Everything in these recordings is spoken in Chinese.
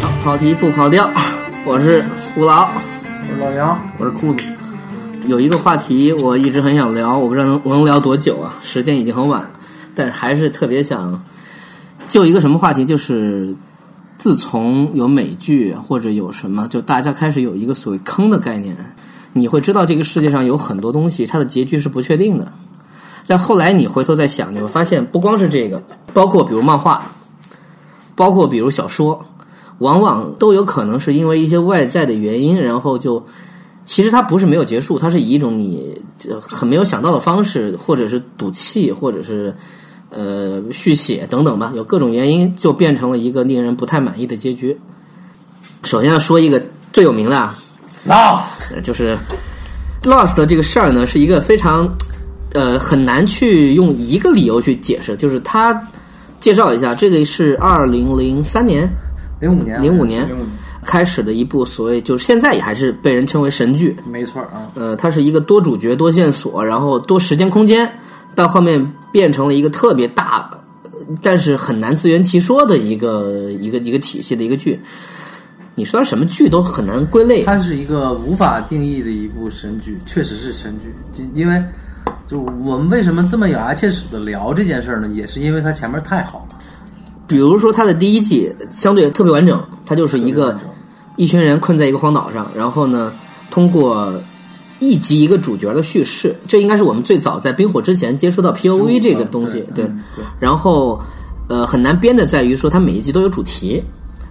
好跑题不跑调，我是胡老，我是老杨，我是裤子。有一个话题我一直很想聊，我不知道能我能聊多久啊，时间已经很晚了，但是还是特别想就一个什么话题，就是自从有美剧或者有什么，就大家开始有一个所谓坑的概念，你会知道这个世界上有很多东西它的结局是不确定的。但后来你回头再想，你会发现不光是这个，包括比如漫画，包括比如小说，往往都有可能是因为一些外在的原因，然后就其实它不是没有结束，它是以一种你呃很没有想到的方式，或者是赌气，或者是呃续写等等吧，有各种原因就变成了一个令人不太满意的结局。首先要说一个最有名的啊，呃 Lost，就是 Lost 这个事儿呢，是一个非常呃很难去用一个理由去解释。就是他介绍一下，这个是二零零三年、零五年，零五，年零五年开始的一部所谓就是现在也还是被人称为神剧。没错儿啊，呃，它是一个多主角、多线索，然后多时间空间，到后面变成了一个特别大，呃但是很难自圆其说的一个一个一个体系的一个剧。你说它什么剧都很难归类，它是一个无法定义的一部神剧，确实是神剧，就因为就我们为什么这么咬牙切齿的聊这件事儿呢？也是因为它前面太好了，比如说它的第一季相对特别完整，它就是一个一群人困在一个荒岛上，然后呢，通过一集一个主角的叙事，这应该是我们最早在冰火之前接触到 POV 这个东西，对。嗯对，然后，呃，很难编的在于说它每一集都有主题，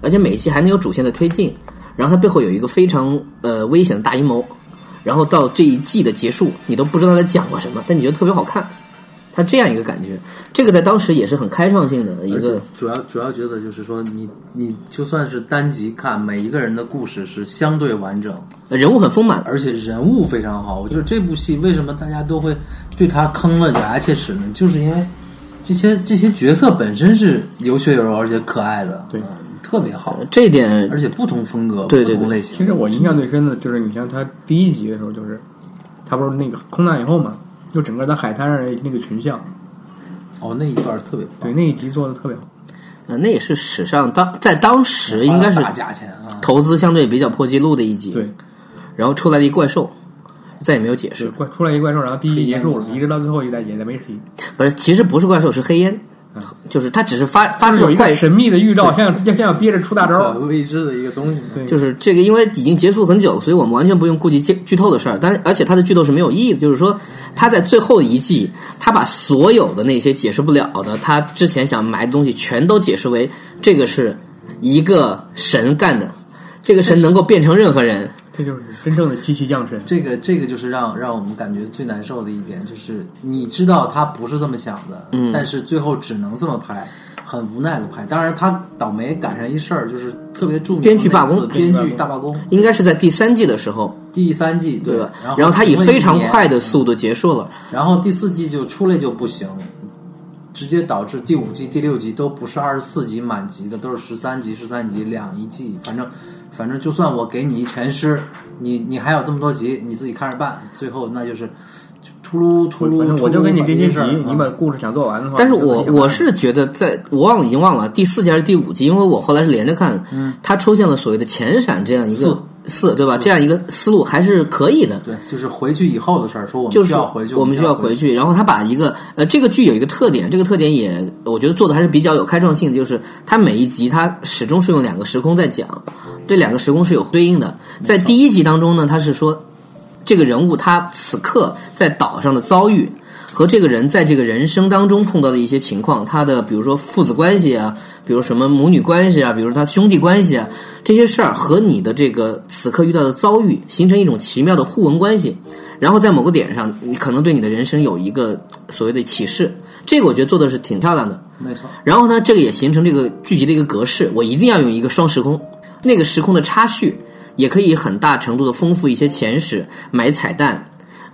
而且每一集还能有主线的推进，然后它背后有一个非常呃危险的大阴谋，然后到这一季的结束，你都不知道它讲了什么，但你觉得特别好看，它这样一个感觉，这个在当时也是很开创性的一而个且。主要主要觉得就是说你，你就算是单集看，每一个人的故事是相对完整，人物很丰满，而且人物非常好。我觉得这部戏为什么大家都会对他坑了咬牙切齿呢？就是因为这些这些角色本身是有血有肉，而且可爱的，对、特别好，这一点而且不同风格，对对不同对类型其。实我印象最深的就是，你像他第一集的时候，就是他不是那个空难以后嘛，就整个在海滩上的那个群像，哦，那一段特别棒对，那一集做的特别好。呃那也是史上当在当时应该是花了大价钱啊，投资相对比较破纪录的一集，对，然后出来了一怪兽，再也没有解是释，怪出来一怪兽，然后第一集结束了，黑暗一直到最后一代也在没提。不是，其实不是怪兽，是黑烟，嗯就是它只是发发出有了一个怪，神秘的预兆，像像像憋着出大招可。未知的一个东西嘛。对就是这个，因为已经结束很久了，所以我们完全不用顾及剧剧透的事儿。但而且它的剧透是没有意义的，就是说它在最后一季，它把所有的那些解释不了的，他之前想埋的东西，全都解释为这个是一个神干的，这个神能够变成任何人。这就是真正的机器降神。这个这个就是让让我们感觉最难受的一点，就是你知道他不是这么想的，嗯但是最后只能这么拍，很无奈的拍。当然，他倒霉赶上一事儿，就是特别著名的编剧罢工那次编剧大罢工，应该是在第三季的时候，第三季对对吧？然然后他以非常快的，的速度结束了。然后第四季就出来就不行，直接导致第五季、第六季都不是二十四集满级的，都是十三集、十三集两一季，反正反正就算我给你一全尸，你你还有这么多集，你自己看着办。最后那就是就秃噜秃反噜，正我就秃噜给你把这些事儿集，你啊把故事想做完的话，但是你就我自己我看是觉得在，我忘了已经忘了第四季还是第五季，因为我后来是连着看，嗯它出现了所谓的前闪这样一个四对吧？这样一个思路还是可以的，对，就是回去以后的事儿，说我就们需是要回去，我们需需要回去。然后他把一个呃，这个剧有一个特点，这个特点也我觉得做的还是比较有开创性的，就是它每一集它始终是用两个时空在讲，这两个时空是有对应的。在第一集当中呢，它是说这个人物他此刻在岛上的遭遇。和这个人在这个人生当中碰到的一些情况，他的比如说父子关系啊，比如什么母女关系啊，比如他兄弟关系啊，这些事儿和你的这个此刻遇到的遭遇形成一种奇妙的互文关系，然后在某个点上，你可能对你的人生有一个呃所谓的启示，这个我觉得做的是挺漂亮的。没错，然后呢，这个也形成这个剧集的一个格式，我一定要用一个双时空，那个时空的插叙也可以很大程度的丰富一些前史，埋彩蛋，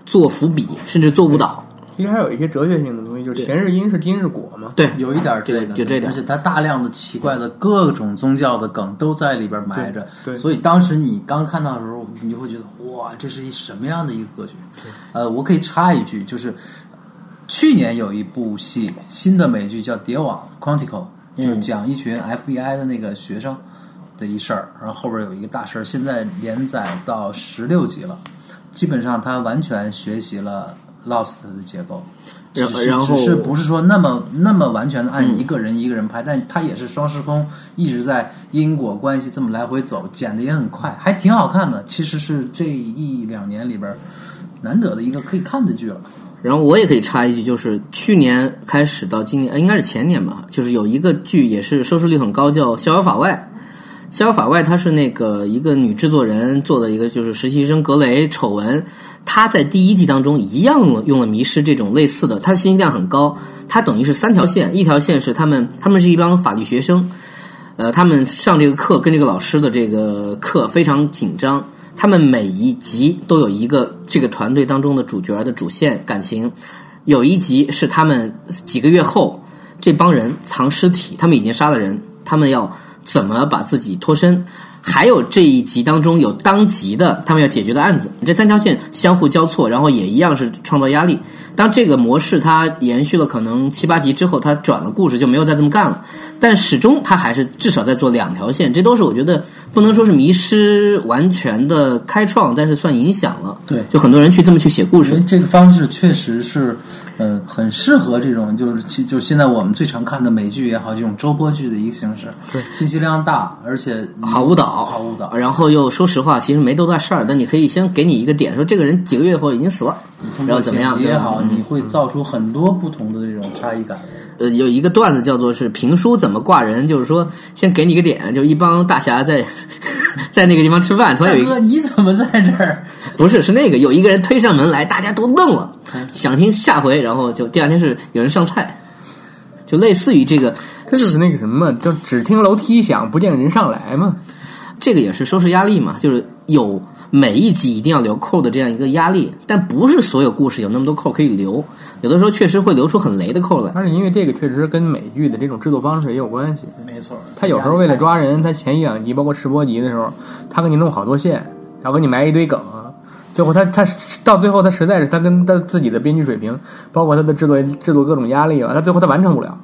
做伏笔，甚至做舞蹈。其实还有一些哲学性的东西，就是前世因是今日果嘛。对，有一点儿这个，对就这点儿而且它大量的奇怪的各种宗教的梗都在里边埋着，对对所以当时你刚看到的时候，你就会觉得哇，这是一什么样的一个歌曲？呃，我可以插一句，就是去年有一部戏，新的美剧叫《谍网嗯 Quantico》，就是讲一群 FBI 的那个学生的一事儿，然后后边有一个大事儿，现在连载到十六集了，基本上它完全学习了 Lost 的结构。然只是然后嗯只是不是说那么那么完全的按一个人一个人拍，但它也是双时空，一直在因果关系这么来回走，剪的也很快，还挺好看的。其实是这一两年里边儿难得的一个可以看的剧了。然后我也可以插一句，就是去年开始到今年，呃应该是前年吧，就是有一个剧也是收视率很高，叫《逍遥法外》。《逍遥法外》它是那个一个女制作人做的一个就是实习医生格雷丑闻，她在第一季当中一样用了用了迷失这种类似的，它信息量很高，它等于是三条线，一条线是他们他们是一帮法律学生，呃，他们上这个课跟这个老师的这个课非常紧张，他们每一集都有一个这个团队当中的主角的主线感情，有一集是他们几个月后这帮人藏尸体，他们已经杀了人，他们要怎么把自己脱身。还有这一集当中有当集的他们要解决的案子，这三条线相互交错，然后也一样是创造压力。当这个模式它延续了可能七八集之后，它转了故事就没有再这么干了。但始终他还是至少在做两条线，这都是我觉得不能说是迷失完全的开创，但是算影响了。对就很多人去这么去写故因事为。这个方式确实是，呃，很适合这种就是其就现在我们最常看的美剧也好，这种周播剧的一个形式，对，信息量大，而且好误导，好误导。然后又说实话，其实没多大事儿，但你可以先给你一个点，说这个人几个月后已经死了，通然过后怎么剪样？辑对也吧嗯好，你会造出很多不同的这种差异感。呃，有一个段子叫做是评书怎么挂人，就是说先给你一个点，就一帮大侠在 在那个地方吃饭，突然有一大个哥，你怎么在这儿？不是，是那个有一个人推上门来，大家都愣了，嗯想听下回，然后就第二天是有人上菜，就类似于这个，这就是那个什么，就只听楼梯响，不见人上来嘛。这个也是收视压力嘛，就是有每一集一定要留扣的这样一个压力，但不是所有故事有那么多扣可以留，有的时候确实会留出很雷的扣来。而且因为这个确实跟美剧的这种制作方式也有关系。没错，他有时候为了抓人，他前一两集包括直播集的时候，他给你弄好多线，然后给你埋一堆梗，啊最后他他到最后他实在是他跟他自己的编剧水平，包括他的制作制作各种压力啊，他最后他完成不了，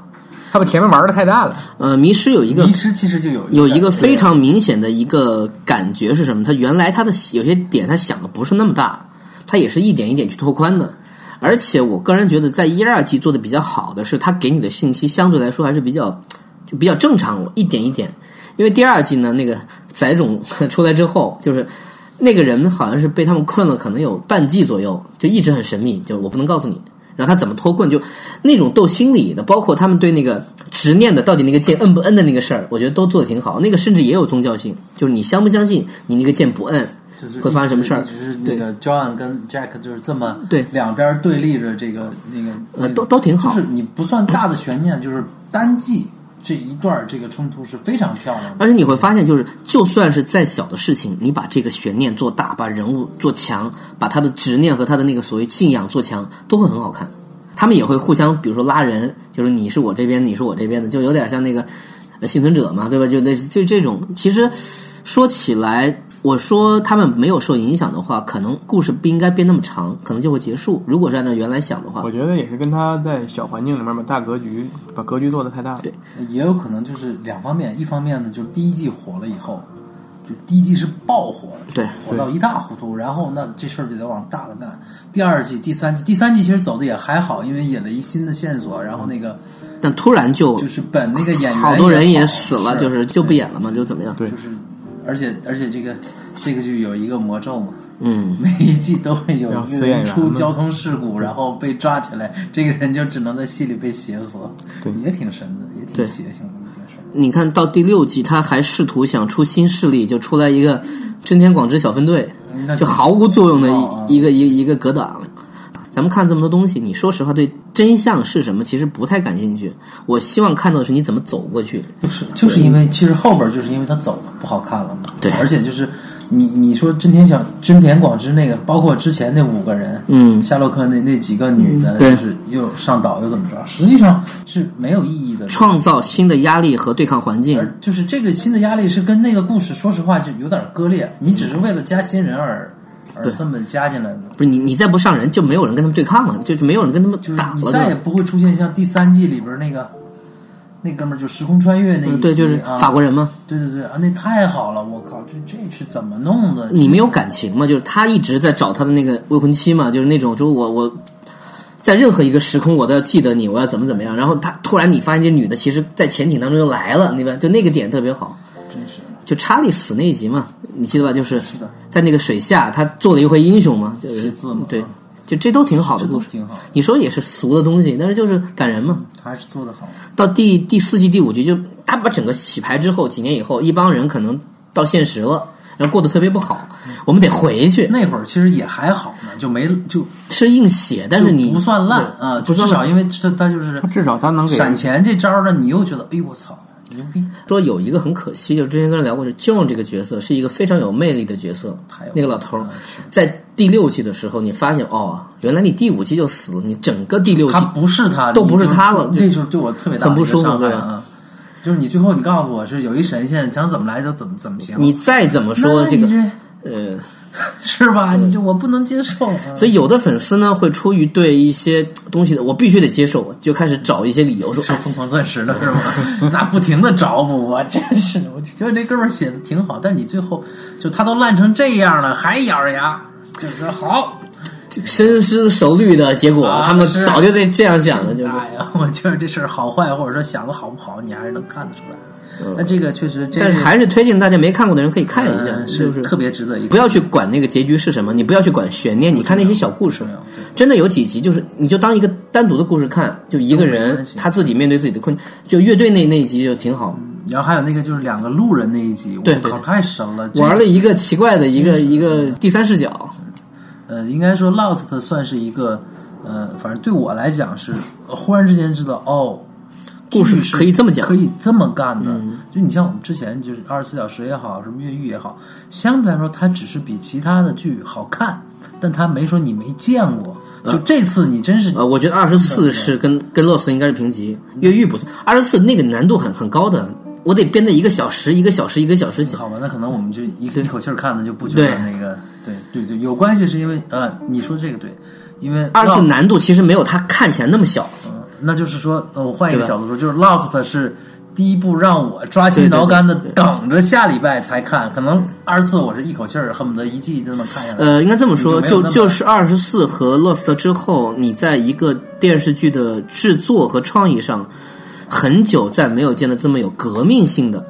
他把前面玩的太大了。呃，迷失有一个迷失其实就有有一个非常明显的一个感觉是什么？他原来他的有些点他想的不是那么大，他也是一点一点去拓宽的。而且我个人觉得，在一二季做的比较好的是，他给你的信息相对来说还是比较就比较正常，一点一点。因为第二季呢，那个载种 出来之后，就是那个人好像是被他们困了，可能有半季左右，就一直很神秘，就是我不能告诉你。然后他怎么脱困，就那种斗心理的，包括他们对那个执念的，到底那个剑摁不摁的那个事儿，我觉得都做的挺好。那个甚至也有宗教性，就是你相不相信你那个剑不摁，就是会发生什么事儿一直是那个 John 跟 Jack 就是这么对两边对立着这个那个呃，都都挺就好是。你不算大的悬念，就是单季这一段儿这个冲突是非常漂亮的。而且你会发现，就是就算是再小的事情，你把这个悬念做大，把人物做强，把他的执念和他的那个所谓信仰做强，都会很好看。他们也会互相，比如说拉人，就是你是我这边，你是我这边的，就有点像那个呃幸存者嘛，对吧？就那就这种。其实说起来，我说他们没有受影响的话，可能故事不应该变那么长，可能就会结束。如果是按照原来想的话，我觉得也是跟他在小环境里面把大格局把格局做的太大了。对也有可能就是两方面，一方面呢，就是第一季火了以后，就第一季是爆火的，对火到一塌糊涂，然后那这事儿就得往大了干。第二季、第三季，第三季其实走的也还好，因为引了一新的线索，然后那个但突然就就是本那个演员好多人也也死了，是就是就不演了嘛，就怎么样？对就是，而且而且这个这个就有一个魔咒嘛，嗯。每一季都会有要一死个演人员出嘛交通事故，然后被抓起来，这个人就只能在戏里被写死，对也挺神的，也挺对邪性的一件事儿。你看到第六季，他还试图想出新势力，就出来一个真田广之小分队，嗯那就毫无作用的哦一一个一个一个格挡。咱们看这么多东西，你说实话对真相是什么其实不太感兴趣。我希望看到的是你怎么走过去。就是就是因为其实后边就是因为他走的不好看了嘛，对而且就是你你说真田小真田广之那个，包括之前那五个人，嗯，夏洛克那那几个女的，对就是又上岛又怎么着，实际上是没有意义的。创造新的压力和对抗环境。而就是这个新的压力是跟那个故事，说实话就有点割裂。你只是为了加新人而而这么加进来的，不是你，你再不上人，就没有人跟他们对抗了，就是没有人跟他们就是打你了，再对也吧？不会出现像第三季里边那个那哥们儿就时空穿越那一嗯对，集就是啊法国人嘛，对对对啊，那太好了，我靠，这这是怎么弄的？你没有感情嘛，就是他一直在找他的那个未婚妻嘛，就是那种，就是我我在任何一个时空我都要记得你，我要怎么怎么样。然后他突然你发现这女的其实，在潜艇当中又来了，那边就那个点特别好，真是就查理死那一集嘛，你记得吧？就是是的，在那个水下，他做了一回英雄嘛，就是写字嘛对，就这都挺好的这故都事。挺好的，你说也是俗的东西，但是就是感人嘛。还是做的好。到第第四季、第五季，就他把整个洗牌之后，几年以后，一帮人可能到现实了，然后过得特别不好，嗯我们得回去，那会儿其实也还好呢，就没就是硬写，但是你不算烂对啊，不就算至烂少因为这他就是至少他能给闪钱这招呢，你又觉得哎呦我操牛逼，说有一个很可惜，就是之前跟人聊过，就 John 这个角色是一个非常有魅力的角色太有，那个老头儿啊在第六季的时候，你发现哦，原来你第五季就死了，你整个第六季他不是他，都你不是就他了这就是对我特别大的很不一个舒服伤害对吧啊。就是你最后你告诉我是有一神仙想怎么来就怎么怎么行，你再怎么那说这你个 这呃。是吧？你就我不能接受，啊所以有的粉丝呢，会出于对一些东西的我必须得接受，就开始找一些理由说，哎是疯狂钻石了是吗？那不停的找我，真是的，我觉得这哥们儿写的挺好，但你最后就他都烂成这样了，还咬着牙，就是好，深思熟虑的结果，啊他们是早就这这样想了，就是哎呀，我觉得这事儿好坏，或者说想的好不好，你还是能看得出来。那这个确实，嗯这但个是还是推荐大家没看过的人可以看一下，嗯就是是特别值得一不看。要去管那个结局是什么，你不要去管悬念，你看那些小故事重要对，真的有几集就是你就当一个单独的故事看，就一个都没人关系他自己面对自己的困，就乐队那那一集就挺好，然后还有那个就是两个路人那一集，对我对靠，对太神了！这玩了一个奇怪的一个一个第三视角，呃，应该说 Lost 算是一个呃，反正对我来讲是呃忽然之间知道哦，故事剧是可以这么讲嗯可以这么干的。就你像我们之前就是二十四小时也好，什么越狱也好，相对来说它只是比其他的剧好看，但它没说你没见过。就这次你真是呃，我觉得二十四是跟跟洛斯应该是平级，越狱不算。二十四那个难度很很高的，我得编的一个小时一个小时一个小时讲。好吧，那可能我们就一一口气儿看的就不觉得那个，对对对，有关系是因为呃，你说这个对，因为二十四 Lost- 难度其实没有它看起来那么小，嗯那就是说，呃我换一个对吧角度说，就是 Lost 是第一部让我抓心挠肝的对对对，等着下礼拜才看，可能二十四我是一口气儿恨不得一季就能看下来。呃，应该这么说，你就就没有那么就是二十四和 Lost 之后，你在一个电视剧的制作和创意上，很久再没有见到这么有革命性的，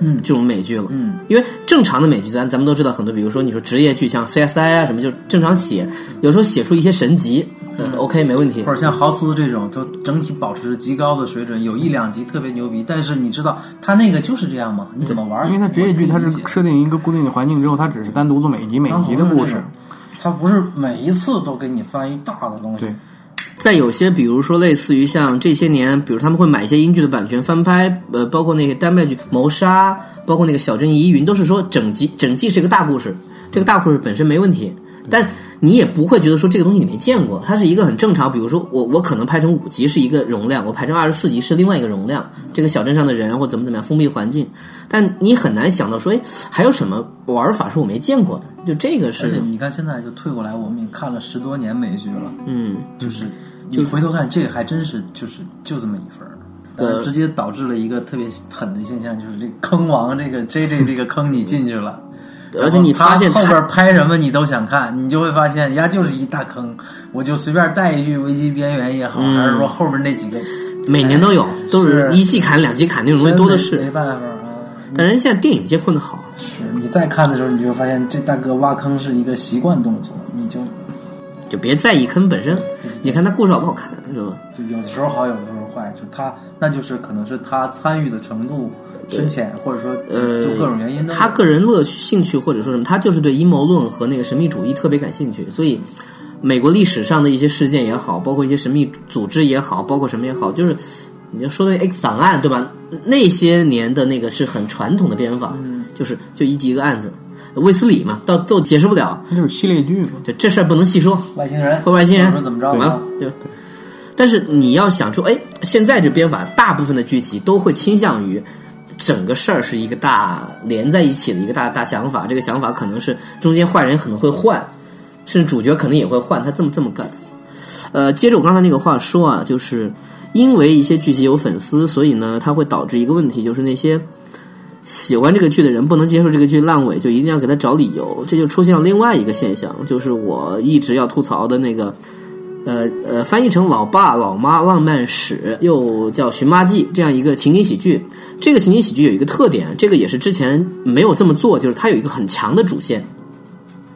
嗯这种美剧了，嗯，因为正常的美剧咱咱们都知道很多，比如说你说职业剧，像 CSI 啊什么，就正常写，有时候写出一些神级，嗯，OK 没问题或，者像豪斯这种，都整体保持极高的水准，有一两集特别牛逼，但是你知道他那个就是这样吗？你怎么玩儿？因为它职业剧，它我可以是理解嗯设定一个固定的环境之后，它只是单独做每一集每一集的故事。，他不是每一次都给你翻一大的东西。对在有些，比如说类似于像这些年，比如他们会买一些英剧的版权翻拍，呃，包括那些丹麦剧《谋杀》，包括那个《小镇疑云》，都是说整集整季是一个大故事，这个大故事本身没问题，嗯但你也不会觉得说这个东西你没见过，它是一个很正常。比如说我我可能拍成五集是一个容量，我拍成二十四集是另外一个容量，这个小镇上的人或怎么怎么样封闭环境，但你很难想到说，哎，还有什么玩法是我没见过的？就这个而且是，你看现在就退过来，我们也看了十多年美剧了，嗯。就是你回头看，这个还真是就是就这么一份儿。呃，直接导致了一个特别狠的现象，就是这坑王这个 J J 这个坑你进 去了，而且你然后发现他他后边拍什么你都想看，你就会发现人家就是一大坑。我就随便带一句危机边缘也好，还嗯是说后边那几个，每年都有，都是哎是一季砍、两季砍那种东西多的真没是。没办法啊。但人现在电影界混得好，是你再看的时候，你就会发现这大哥挖坑是一个习惯动作，你就就别在意坑本身。嗯你看他故事好不好看，是吧？就有的时候好，有的时候坏，就他那就是可能是他参与的程度深浅，或者说呃就各种原因都有。他个人乐趣、兴趣或者说什么，他就是对阴谋论和那个神秘主义特别感兴趣，所以美国历史上的一些事件也好，包括一些神秘组织也好，包括什么也好，就是你要说的那 X 档嗯案对吧？那些年的那个是很传统的编法，就是就一集一个案子。卫斯理嘛，到都解释不了，那就是系列剧嘛。这这事儿不能细说，外星人，或外星人或者怎么着啊完了吧？对啊吧？但是你要想出，哎，现在这编法，大部分的剧集都会倾向于整个事儿是一个大连在一起的一个大大想法，这个想法可能是中间坏人可能会换，甚至主角可能也会换，他这么这么干。呃，接着我刚才那个话说啊，就是因为一些剧集有粉丝，所以呢，它会导致一个问题，就是那些喜欢这个剧的人不能接受这个剧烂尾，就一定要给他找理由，这就出现了另外一个现象，就是我一直要吐槽的那个。呃呃，翻译成《老爸老妈浪漫史》，又叫《寻妈记》这样一个情景喜剧。这个情景喜剧有一个特点，这个也是之前没有这么做，就是它有一个很强的主线。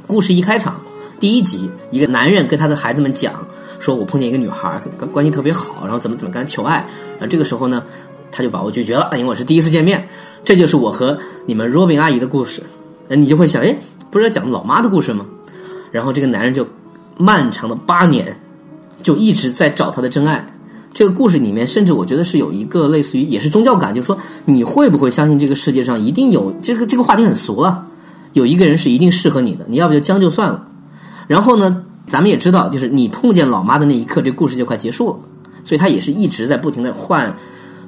故事一开场，第一集，一个男人跟他的孩子们讲，说我碰见一个女孩儿，跟关系特别好，然后怎么怎么跟她求爱。然后这个时候呢，他就把我拒绝了，因为我是第一次见面。这就是我和你们 Robin 阿姨的故事。呃你就会想，哎，不是要讲老妈的故事吗？然后这个男人就漫长的八年就一直在找他的真爱。这个故事里面，甚至我觉得是有一个类似于也是宗教感，就是说你会不会相信这个世界上一定有这个这个话题很俗了，有一个人是一定适合你的，你要不就将就算了。然后呢，咱们也知道，就是你碰见老妈的那一刻，这故事就快结束了，所以他也是一直在不停的换，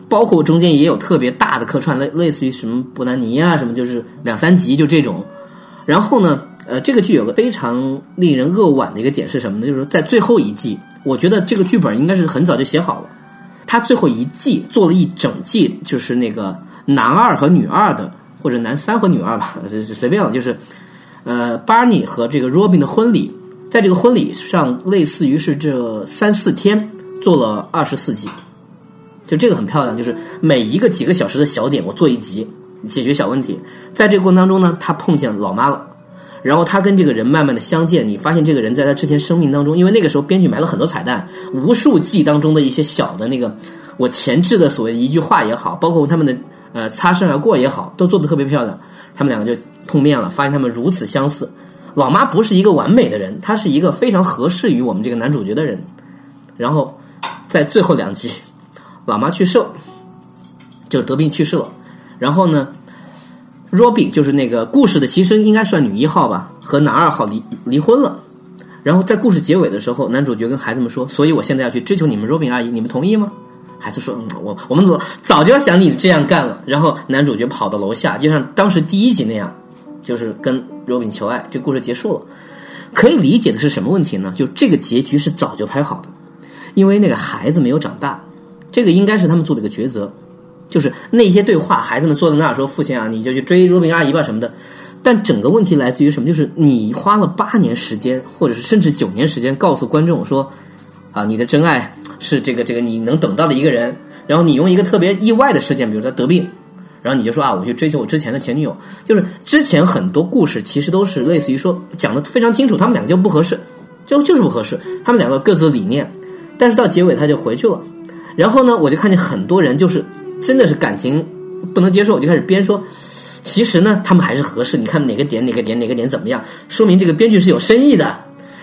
包括中间也有特别大的客串，类类似于什么布兰妮啊，什么就是两三集就这种。然后呢，呃，这个剧有个非常令人扼腕的一个点是什么呢？就是说在最后一季，我觉得这个剧本应该是很早就写好了。他最后一季做了一整季，就是那个男二和女二的，或者男三和女二吧， 这这随便了，就是呃，巴尼和这个 Robin 的婚礼，在这个婚礼上，类似于是这三四天做了二十四集，就这个很漂亮，就是每一个几个小时的小点，我做一集解决小问题。在这个过程当中呢，他碰见老妈了。然后他跟这个人慢慢的相见，你发现这个人在他之前生命当中，因为那个时候编剧埋了很多彩蛋，无数季当中的一些小的那个呃我前置的所谓一句话也好，包括他们的呃擦身而过也好，都做的特别漂亮。他们两个就碰面了，发现他们如此相似。老妈不是一个完美的人，她是一个非常合适于我们这个男主角的人。然后在最后两集，老妈去世了，就得病去世了。然后呢，Robin 就是那个故事的牺牲，应该算女一号吧，和男二号离离婚了。然后在故事结尾的时候，男主角跟孩子们说：“所以我现在要去追求你们 Robin 阿姨，你们同意吗？”孩子说：“嗯，我我们早早就要想你这样干了。”然后男主角跑到楼下，就像当时第一集那样，就是跟 Robin 求爱。这故事结束了。可以理解的是什么问题呢？就这个结局是早就拍好的，因为那个孩子没有长大，这个应该是他们做的一个抉择。就是那些对话，孩子们坐在那儿说：“父亲啊，你就去追若冰阿姨吧什么的。”但整个问题来自于什么？就是你花了八年时间，或者是甚至九年时间，告诉观众说：“啊，你的真爱是这个这个你能等到的一个人。”然后你用一个特别意外的事件，比如他得病，然后你就说啊，我去追求我之前的前女友。就是之前很多故事其实都是类似于说讲的非常清楚，他们两个就不合适，就就是不合适，他们两个各自的理念。但是到结尾他就回去了，然后呢，我就看见很多人就是真的是感情不能接受，我就开始编说，其实呢，他们还是合适。你看哪个点哪个点哪个点怎么样，说明这个编剧是有深意的，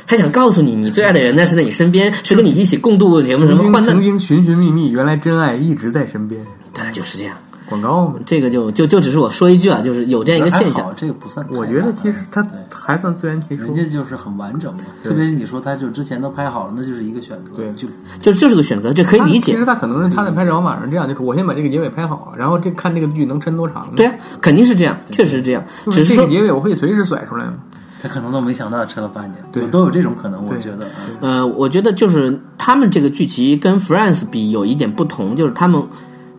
他想告诉你，你最爱的人呢是在你身边，是跟你一起共度什么什曾么经患难曾。经寻寻觅觅，原来真爱一直在身边。对，就是这样。广告嘛，这个就就就只是我说一句啊，就是有这样一个现还好象。这个不算太大。我觉得其实它对还算自圆其人说。家就是很完整的，特别你说他就之前都拍好了，那就是一个选择，对就就就是个选择，这可以理啊其解实。他可能是他在拍摄方法上这样，就是我先把这个结尾拍好，然后这看这个剧能抻多长。对，啊，肯定是这样，确实是这样。就只是是这说个，结尾我会随时甩出来嘛。他可能都没想到吃了半年，对有都有这种可能，我觉得。嗯呃，我觉得就是他们这个剧集跟 Friends 比有一点不同，就是他们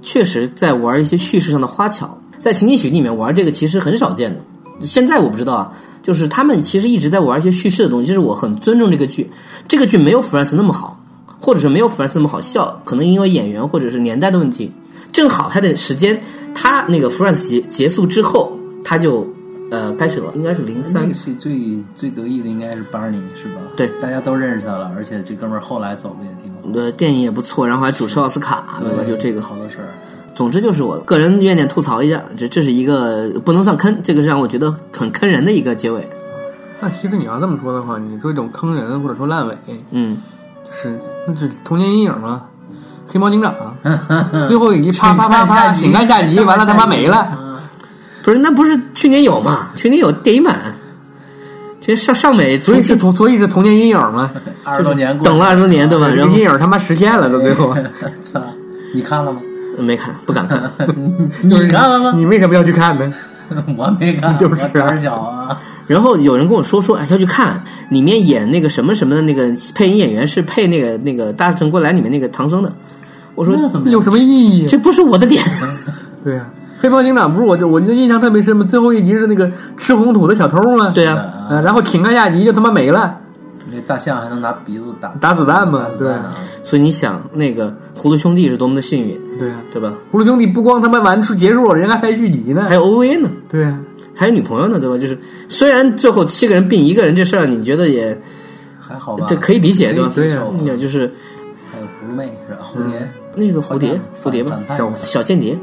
确实在玩一些叙事上的花巧，在情景喜剧里面玩这个其实很少见的。现在我不知道啊，就是他们其实一直在玩一些叙事的东西，就是我很尊重这个剧，这个剧没有 Friends 那么好，或者是没有 Friends 那么好笑，可能因为演员或者是年代的问题，正好他的时间，他那个 Friends 结结束之后，他就呃开始了，应该是零那三个戏最最得意的应该是巴尼，是吧？对，大家都认识他了，而且这哥们儿后来走的也挺好，呃电影也不错，然后还主持奥斯卡，对吧？嗯就这个好多事儿。总之就是我个人愿点吐槽一下，这这是一个不能算坑，这个是让我觉得很坑人的一个结尾。那其实你要这么说的话，你说这种坑人或者说烂尾，嗯，是那是童年阴影吗？嗯 黑猫警长啊，最后一集啪啪啪请看下啪，集啊请看下集，完了他妈没了。不是，那不是去年有嘛？去年有电影版，其实上上美所重以是新童，所以是童年阴影嘛。二十多年过去等了二十多年，对吧？这嗯然后阴影他妈实现了，到最 后。 操，你看了吗？没看，不敢看。你看了吗？你为什么要去看呢？ 我没看，就是我胆儿小啊。然后有人跟我说说，哎，要去看里面演那个什么什么的那个配音演员是配那个那个《大圣归来》里面那个唐僧的。我说那怎么有什么意义？这不是我的点， 对呀、黑帮警长不是我，就我就印象特别深嘛。最后一集是那个吃红土的小偷嘛，对啊，啊？啊，然后挺个下集就他妈没了，那大象还能拿鼻子打打子弹嘛打，子对弹啊所以你想那个葫芦兄弟是多么的幸运，对呀、啊。对吧？葫芦兄弟不光他妈完出结束了，人家还拍续集呢还。有 OVA 呢，对啊呀、还有女朋友呢，对吧？就是虽然最后七个人并一个人这事儿，你觉得也还好吧？这可以理解，对吧可以接受啊嗯就是还有葫芦妹是吧？蝴蝶，那个蝴蝶反，蝴蝶吧，反派小小间谍。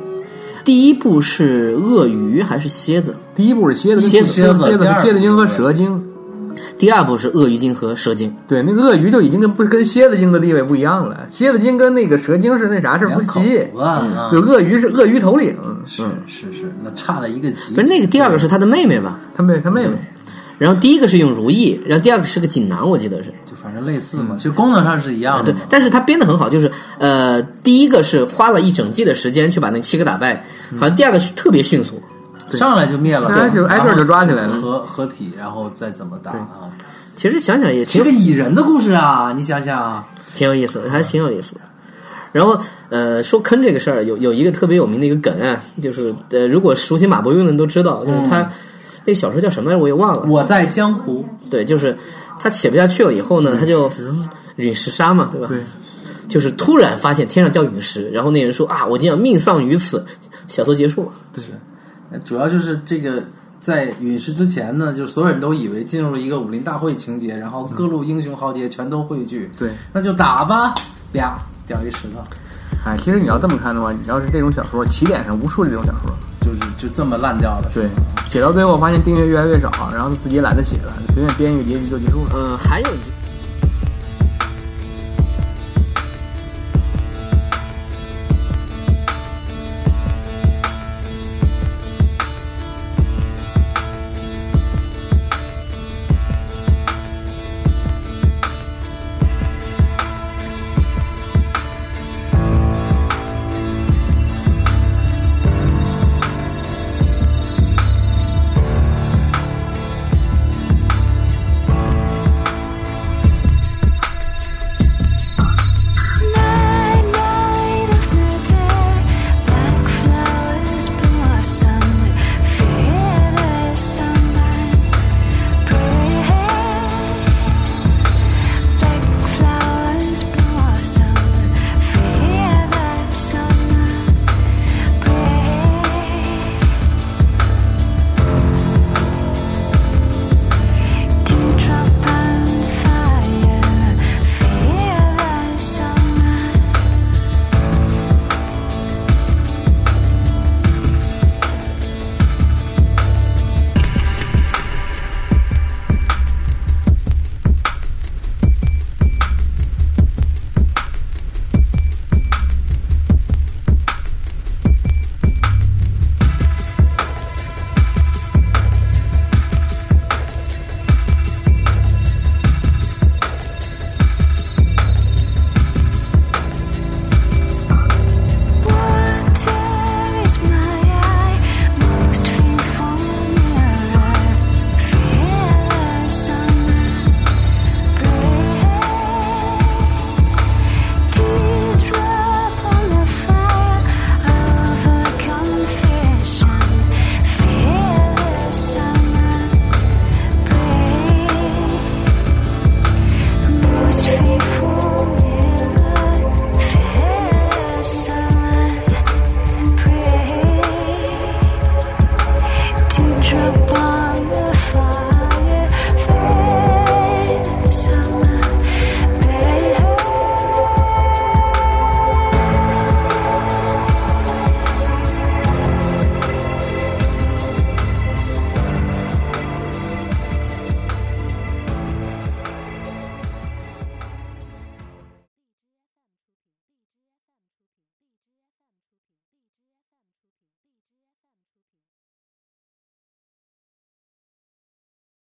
第一部是鳄鱼还是蝎子？第一部是蝎子跟蝎子蝎子蝎子蝎第二子部蝎子精和蛇精，第二部是鳄鱼精和蛇精。对，那个鳄鱼就已经跟不是跟蝎子精的地位不一样了。蝎子精跟那个蛇精是那啥是夫两口妻，子啊，就鳄鱼是鳄鱼头领，是是是，那差了一个级。不是那个第二个是他的妹妹吧？他妹他妹妹。然后第一个是用如意，然后第二个是个锦囊，我记得是。就反正类似嘛，其实功能上是一样的对嘛。，但是他编的很好，就是呃，第一个是花了一整季的时间去把那七个打败，嗯好像第二个是特别迅速，上来就灭了，上来就挨个儿就抓起来了然后合合体，然后再怎么打啊？其实想想也是挺个蚁人的故事啊，你想想啊，挺有意思的，还是挺有意思的。然后，呃，说坑这个事儿，有有一个特别有名的一个梗啊，就是呃，如果熟悉马伯庸的人都知道，就是他、那个小说叫什么来着，我也忘了。我在江湖，对，就是他写不下去了以后呢，他就陨石杀嘛，对吧？对，就是突然发现天上掉陨石，然后那人说啊，我今晚命丧于此，小说结束了。主要就是这个在陨石之前呢，就是所有人都以为进入了一个武林大会情节，然后各路英雄豪杰全都汇聚，对，那就打吧，啪掉一石头，哎，其实你要这么看的话，你要是这种小说，起点上无数这种小说，就是就这么烂掉了。对，写到最后发现订阅越来越少，然后自己也懒得写了，随便编一个结局就结束了。呃，还有一。